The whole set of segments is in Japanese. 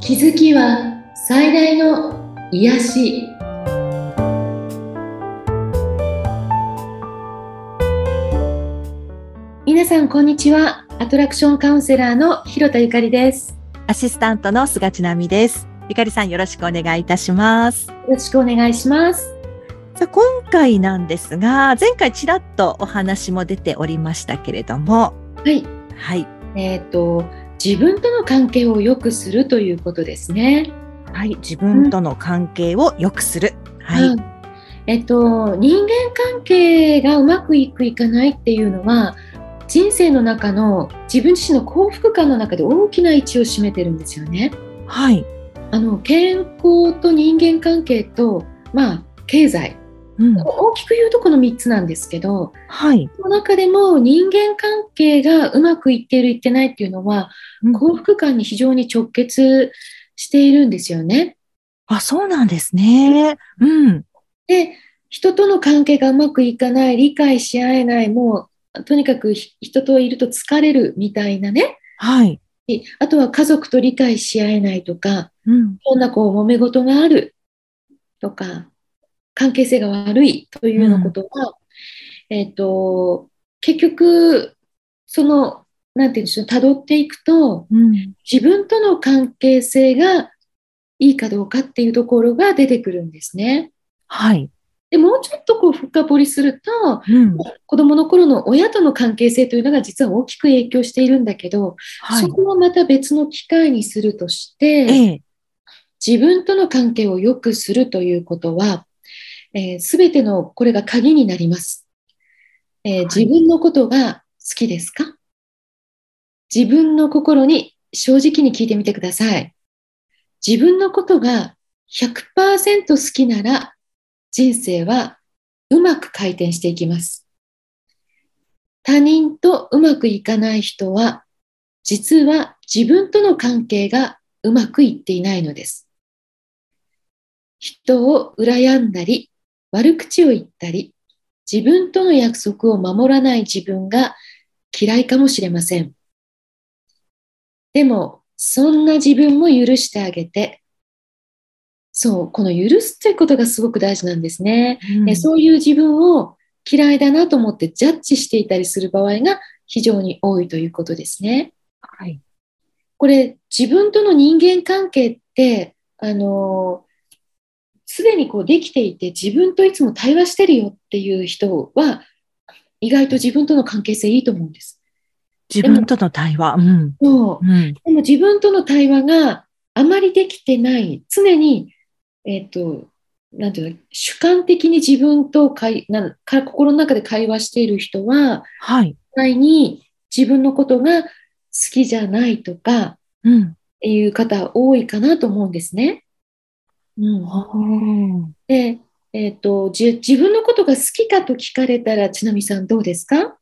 気づきは最大の癒し皆さんこんにちはアトラクションカウンセラーの広田ゆかりですアシスタントの菅千奈美です。ゆかりさんよろしくお願いいたします。よろしくお願いしますさあ今回なんですが、前回ちらっとお話も出ておりましたけれども、はいはい、えっ、と自分との関係を良くするということですねはい、自分との関係を良くする。はういん、えっと、人間関係がうまくいくいかないっていうのは人生の中の自分自身の幸福感の中で大きな位置を占めてるんですよね。はい、あの健康と人間関係と、まあ、経済うん、大きく言うとこの3つなんですけどはい、その中でも人間関係がうまくいっているいってないっていうのはうん幸福感に非常に直結しているんですよね。あ、そうなんですね。うん、で人との関係がうまくいかない理解し合えないもうとにかくひ人といると疲れるみたいなねはい、であとは家族と理解し合えないとかうん、こんなこう揉め事があるとか関係性が悪いというようなことは、えっと結局そのなんて言うんでしょうたどっていくとうん、自分との関係性がいいかどうかっていうところが出てくるんですね。はい、でもうちょっとこう深掘りするとうん、子どもの頃の親との関係性というのが実は大きく影響しているんだけど、はそい、こはまた別の機会にするとしてええ、自分との関係を良くするということは、えー、全てのこれが鍵になります、えーはい自分のことが好きですか自分の心に正直に聞いてみてください自分のことが100%好きなら人生はうまく回転していきます。他人とうまくいかない人は実は自分との関係がうまくいっていないのです。人を羨んだり悪口を言ったり自分との約束を守らない自分が嫌いかもしれません。でもそんな自分も許してあげてそう、この許すということがすごく大事なんですね。うんえそういう自分を嫌いだなと思ってジャッジしていたりする場合が非常に多いということですね。はい、これ、自分との人間関係って、あのすでにこうできていて自分といつも対話してるよっていう人は意外と自分との関係性いいと思うんです。自分との対話、うん、そううん、でも自分との対話があまりできてない、常に、えっ、と、なんていうの、主観的に自分とかいなんか心の中で会話している人は、はい、前に自分のことが好きじゃないとかうん、いう方多いかなと思うんですね。うん、はで、えっ、とじ、自分のことが好きかと聞かれたら、ちなみさんどうですか、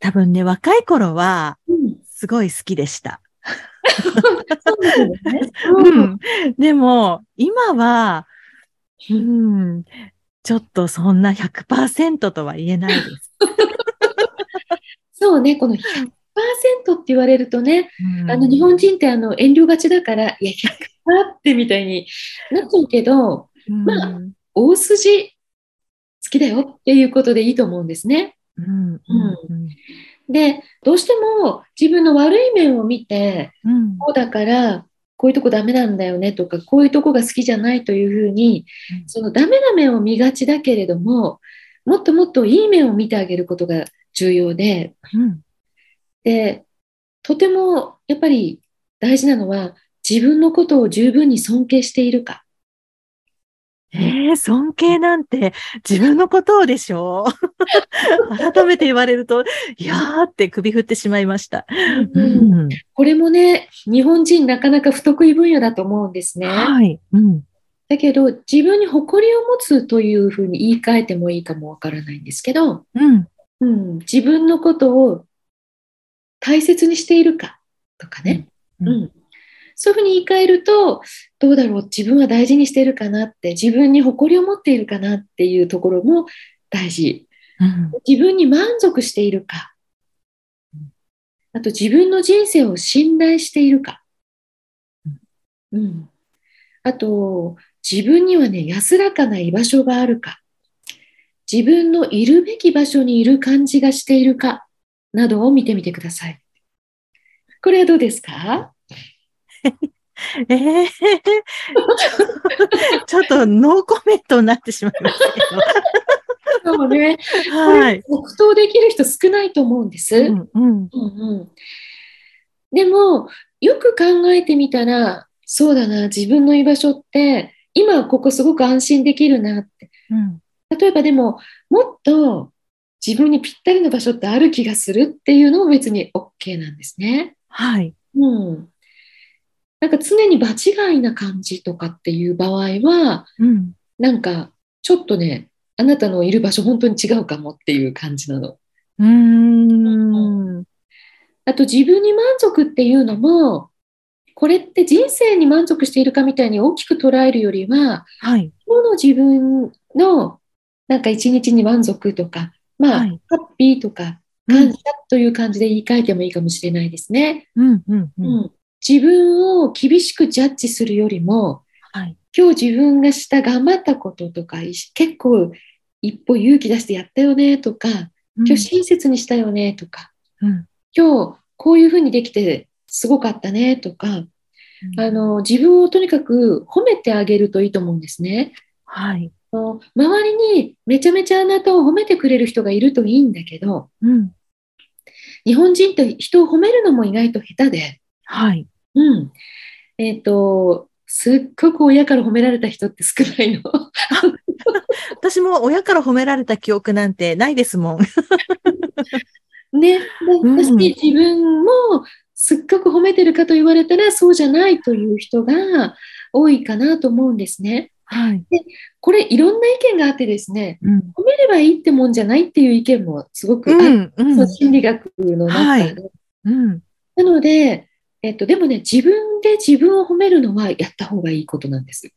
多分ね、若い頃は、うん、すごい好きでした。そうなんですね。うん。 でも、今は、ううんん、ちょっとそんな100%とは言えないです。 そうね、この100%って言われるとね、あの日本人ってあの遠慮がちだから、いや、100%ってみたいになっちゃうけど、うん、まあ大筋好きだよっていうことでいいと思うんですね。うん、うん、で、どうしても自分の悪い面を見て、うん、こうだから、こういうとこダメなんだよねとか、こういうとこが好きじゃないというふうにう、んそのダメな面を見がちだけれども、もっともっといい面を見てあげることが重要で、うん、で、とてもやっぱり大事なのは、自分のことを十分に尊敬しているか。えー、尊敬なんて自分のことをでしょ う改めて言われると、いやーって首振ってしまいました。うん、これもね、日本人なかなか不得意分野だと思うんですね。はい、うん、だけど、自分に誇りを持つというふうに言い換えてもいいかもわからないんですけど、うん、うん、自分のことを大切にしているかとかね。うんうんそういうふうに言い換えると、どうだろう、自分は大事にしているかなって、自分に誇りを持っているかなっていうところも大事うん、自分に満足しているか、あと自分の人生を信頼しているか、うん。あと、自分にはね、安らかな居場所があるか、自分のいるべき場所にいる感じがしているか、などを見てみてください。これはどうですかええちょっとノーコメントになってしまいましたけそう ね。ど。はい。即答できる人少ないと思うんです。うんううん。んうん、でもよく考えてみたらそうだな自分の居場所って今ここすごく安心できるなってうん例えばでももっと自分にぴったりの場所ってある気がするっていうのも別に OK なんですね。はい。うん、なんか常に場違いな感じとかっていう場合はうん。なんかちょっとねあなたのいる場所本当に違うかもっていう感じなの。うーん。あと自分に満足っていうのも、これって人生に満足しているかみたいに大きく捉えるよりは、はい。今日の自分のなんか一日に満足とか、まあ、はいハッピーとか、感謝という感じで言い換えてもいいかもしれないですね。うんうんう。うんん、自分を厳しくジャッジするよりも、はい。今日自分がした頑張ったこととか、いし結構一歩勇気出してやったよねとか、うん今日親切にしたよねとか、うん今日こういうふうにできてすごかったねとか、あの自分をとにかく褒めてあげるといいと思うんですね。はい。あの周りにめちゃめちゃあなたを褒めてくれる人がいるといいんだけど、うん。日本人って人を褒めるのも意外と下手で、はい。うん。えっ、と、すっごく親から褒められた人って少ないの。私も親から褒められた記憶なんてないですもん。ね、でん私自分もすっごく褒めてるかと言われたらそうじゃないという人が多いかなと思うんですね。はい。これいろんな意見があってですね、うん。褒めればいいってもんじゃないっていう意見もすごくあうる、ん。う。そうん心理学の中で。うん。なので、えっと、でもね、自分で自分を褒めるのはやった方がいいことなんです。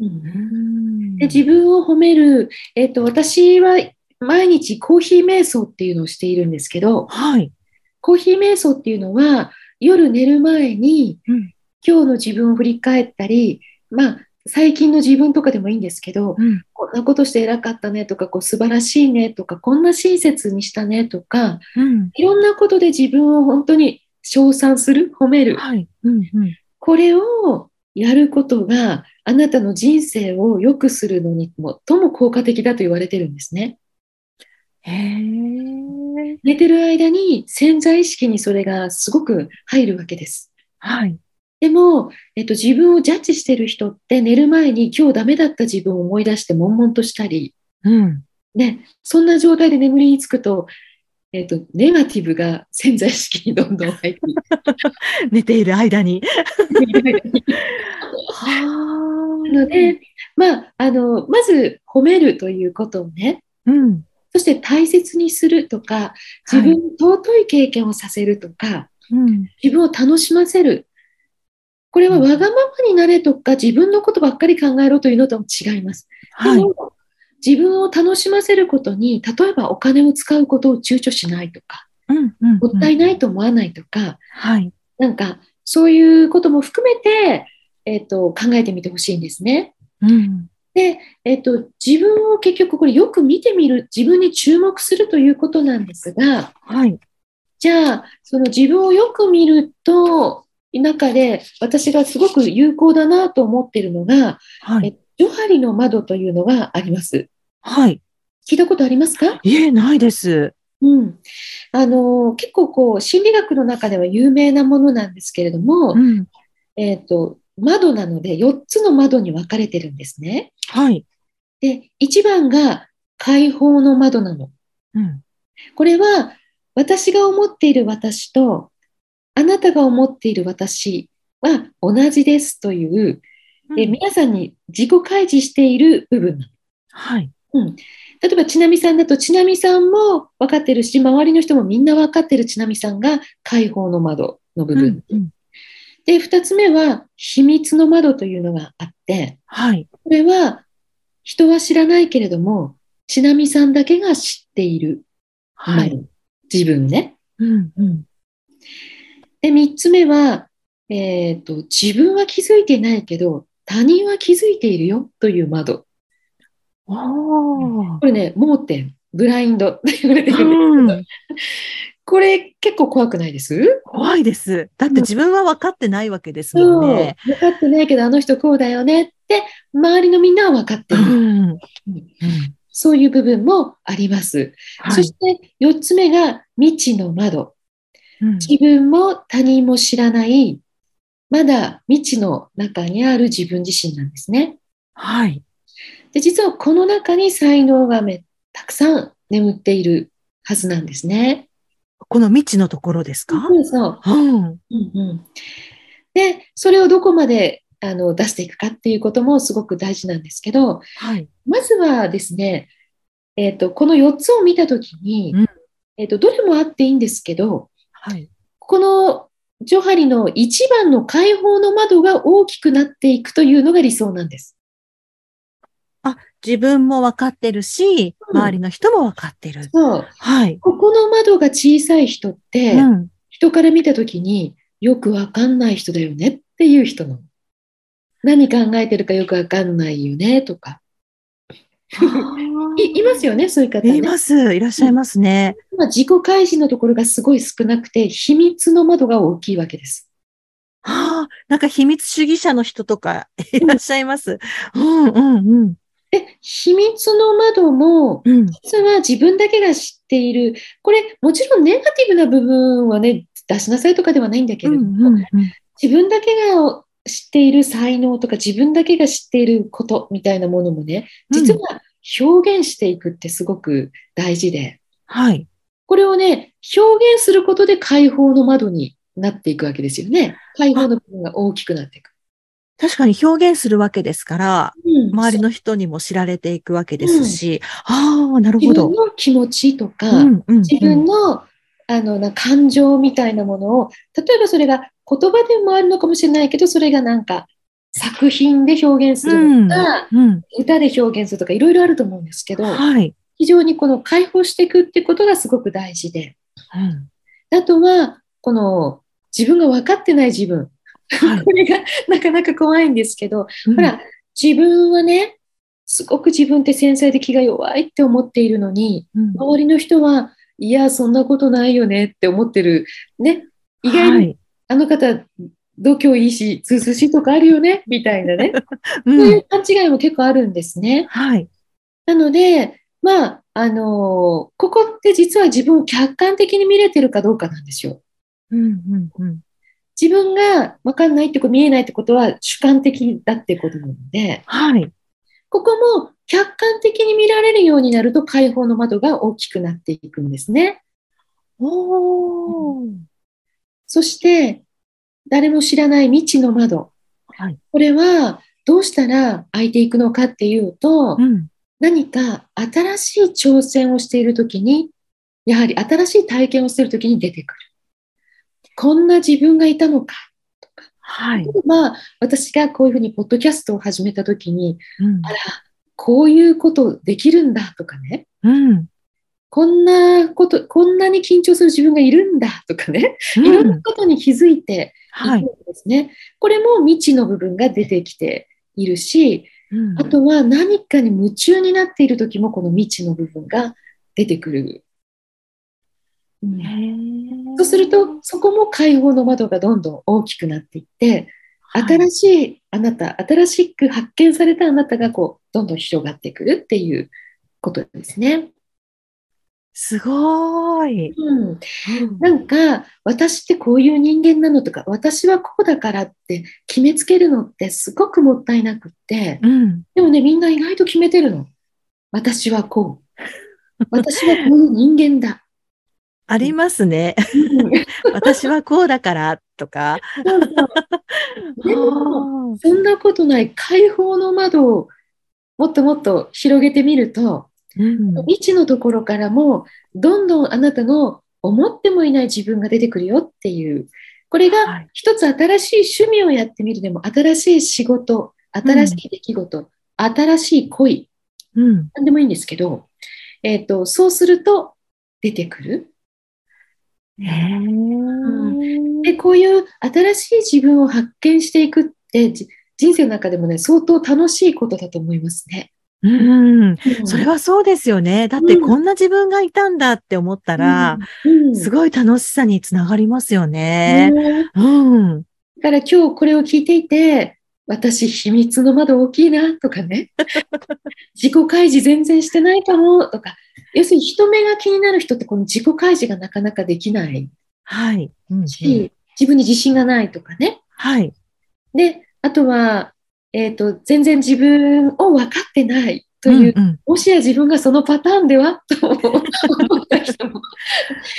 うんで自分を褒める、えっと、私は毎日コーヒー瞑想っていうのをしているんですけど、はい。コーヒー瞑想っていうのは夜寝る前に、うん今日の自分を振り返ったり、まあ、最近の自分とかでもいいんですけど、うん。こんなことして偉かったねとかこう素晴らしいねとかこんな親切にしたねとかうん。いろんなことで自分を本当に称賛する褒めるはい。うん。うん。これをやることがあなたの人生を良くするのに最も効果的だと言われてるんですね。へえ。寝てる間に潜在意識にそれがすごく入るわけです。はい。でも、えっと、自分をジャッジしてる人って寝る前に今日ダメだった自分を思い出して悶々としたり、うん。ね、そんな状態で眠りにつくと、えっと、ネガティブが潜在意識にどんどん入っていく寝ている間に。はなので、まあ、あのまず褒めるということをねうん。そして大切にするとか自分に尊い経験をさせるとか、うん。自分を楽しませるこれはわがままになれとか自分のことばっかり考えろというのとは違います。ではい。も自分を楽しませることに例えばお金を使うことを躊躇しないとかうん。うん。もったいないと思わないとか、はい。なんかそういうことも含めて、えっと考えてみてほしいんですね。うん。で、えっと自分を結局これよく見てみる自分に注目するということなんですがはい。じゃあその自分をよく見ると中で私がすごく有効だなと思っているのがはえい。ジョハリの窓というのがあります。はい。聞いたことありますかいえ、ないです。うん、あの結構こう心理学の中では有名なものなんですけれども、うん。えー、と窓なので4つの窓に分かれてるんですね。はい。で1番が開放の窓なの。うん。これは私が思っている私とあなたが思っている私は同じですという、え皆さんに自己開示している部分なのはい。例えば、ちなみさんだと、ちなみさんも分かってるし、周りの人もみんな分かってるちなみさんが開放の窓の部う分ん。。うん。で、2つ目は、秘密の窓というのがあって、はい。これは、人は知らないけれども、ちなみさんだけが知っている、はい。自分ね。うん。うん。で、3つ目は、えっ、と、自分は気づいてないけど、他人は気づいているよという窓。おーこれね、盲点、ブラインドって言われてる うん、これ結構怖くないです怖いです。だって自分は分かってないわけですもんね。分かってないけど、あの人こうだよねって、周りのみんなは分かってうる。ん。うんそういう部分もあります。はそいして4つ目が未知の窓。うん自分も他人も知らない、まだ未知の中にある自分自身なんですね。はい。で、実はこの中に才能がめたくさん眠っているはずなんですね。この未知のところですかそうそう。うん。うんうん、で、それをどこまであの出していくかっていうこともすごく大事なんですけど、はい。まずはですね、えっ、と、この4つを見たときに、うんえっ、と、どれもあっていいんですけど、はい。このジョハリの一番の開放の窓が大きくなっていくというのが理想なんです。自分も分かってるし、うん周りの人も分かってる。そう。はい。ここの窓が小さい人って、 うん。人から見たときによくわかんない人だよねっていう人なの。何考えてるかよくわかんないよねとか。いいますよね、そういう方ね。います。いらっしゃいますね。まあ自己開示のところがすごい少なくて、秘密の窓が大きいわけです。はあ、なんか秘密主義者の人とかいらっしゃいます。うんうんうん。で、秘密の窓も、うん。実は自分だけが知っている、これ、もちろんネガティブな部分はね、出しなさいとかではないんだけうれどんも、うんうん自分だけが知っている才能とか、自分だけが知っていることみたいなものもね、実は表現していくってすごく大事で、はい。これをね、表現することで解放の窓になっていくわけですよね。解放の部分が大きくなっていく。確かに表現するわけですから、うん周りの人にも知られていくわけですし、ああ、なる自ほ分ど。の気持ちとか、うんうんうん自分のあのな感情みたいなものを例えばそれが言葉でもあるのかもしれないけどそれがなんか作品で表現するとか、うん。歌で表現するとかいろいろあると思うんですけどはい。非常にこの解放していくってことがすごく大事でうんあとはこの自分が分かってない自分はいこれがなかなか怖いんですけどほら、自分はねすごく自分って繊細で気が弱いって思っているのにうん周りの人は、いや、そんなことないよねって思ってる。ね。意外はに、いあの方、度胸いいし、ずうずうしいとかあるよね、みたいな ね。そうういんう勘違いも結構あるんですね。はい。なので、まあ、あのーここって実は自分を客観的に見れてるかどうかなんですよ。うんうんうん自分がわかんないってこと、見えないってことは主観的だってことなので、はい。ここも客観的に見られるようになると解放の窓が大きくなっていくんですね。おー。そして、誰も知らない未知の窓。はい。これは、どうしたら開いていくのかっていうと、うん。何か新しい挑戦をしているときに、やはり新しい体験をしているときに出てくる。こんな自分がいたのか。はい例。えば、私がこういうふうにポッドキャストを始めたときに、うんあら、こういうことできるんだとかね。うん。こんなこと、こんなに緊張する自分がいるんだとかね。いろんうなんことに気づいて、はい。ですね。これも未知の部分が出てきているし、うんあとは何かに夢中になっている時もこの未知の部分が出てくる。うんへーそうすると、そこも解放の窓がどんどん大きくなっていって、新しいあなた、新しく発見されたあなたがこう、どんどん広がってくるっていうことですね。すごーい。うん、なんか、私ってこういう人間なのとか、私はこうだからって決めつけるのってすごくもったいなくって、うん。でもね、みんな意外と決めてるの。私はこ う。私はこういう人間だ。ありますね。私はこうだからとか。でも、そんなことない解放の窓をもっともっと広げてみると、うん未知のところからも、どんどんあなたの思ってもいない自分が出てくるよっていう。これがはい一つ新しい趣味をやってみるでも、新しい仕事、新しい出来事、新しい恋、うん何でもいいんですけど、えっ、と、そうすると出てくる。へーで、こういう新しい自分を発見していくって、じ人生の中でもね、相当楽しいことだと思いますね。うん。それはそうですよね。だってこんな自分がいたんだって思ったら、うん、すごいごい楽しさにつながりますよね。うだん。から今日これを聞いていて、私秘密の窓大きいなとか ね、自己開示全然してないかもとか、要するに人目が気になる人ってこの自己開示がなかなかできないはい。うんうんし、自分に自信がないとかね。はい。で、あとは、えっ、と、全然自分を分かってないという、うんうんもしや自分がそのパターンではと思った人も、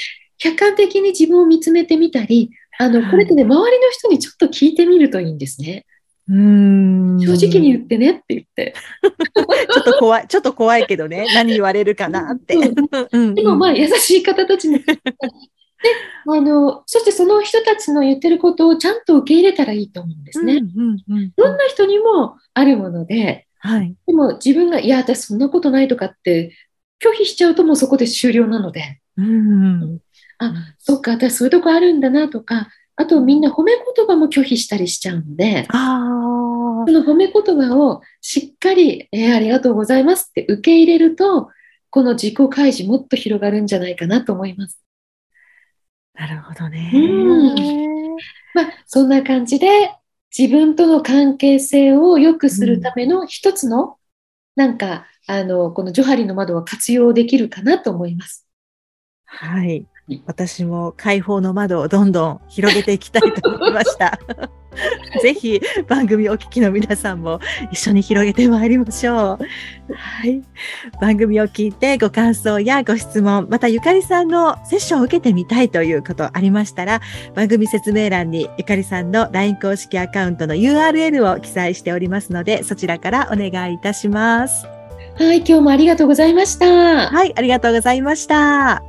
客観的に自分を見つめてみたり、あの、これってね、周りの人にちょっと聞いてみるといいんですね。うーん正直に言ってねって言って。 ちょっと怖い、ちょっと怖い けどね、何言われるかなって。うんでもまあ優しい方たち に。で、あの、そしてその人たちの言ってることをちゃんと受け入れたらいいと思うんですね。うんうんうんどんな人にもあるもので、はい。でも自分が、いや、私そんなことないとかって拒否しちゃうともうそこで終了なので、うんあ、そっか、私そういうとこあるんだなとか、あとみんな褒め言葉も拒否したりしちゃうので、あその褒め言葉をしっかり、えーありがとうございますって受け入れると、この自己開示もっと広がるんじゃないかなと思います。あ、なるほどね。うまあ、そんな感じで、自分との関係性を良くするための一つの、なんか、あの、このジョハリの窓は活用できるかなと思います。はい。私も開放の窓をどんどん広げていきたいと思いました。ぜひ番組お聞きの皆さんも一緒に広げてまいりましょう。はい。番組を聞いてご感想やご質問、またゆかりさんのセッションを受けてみたいということありましたら、番組説明欄にゆかりさんの LINE 公式アカウントの URL を記載しておりますので、そちらからお願いいたします。はい、今日もありがとうございました。はい、ありがとうございました。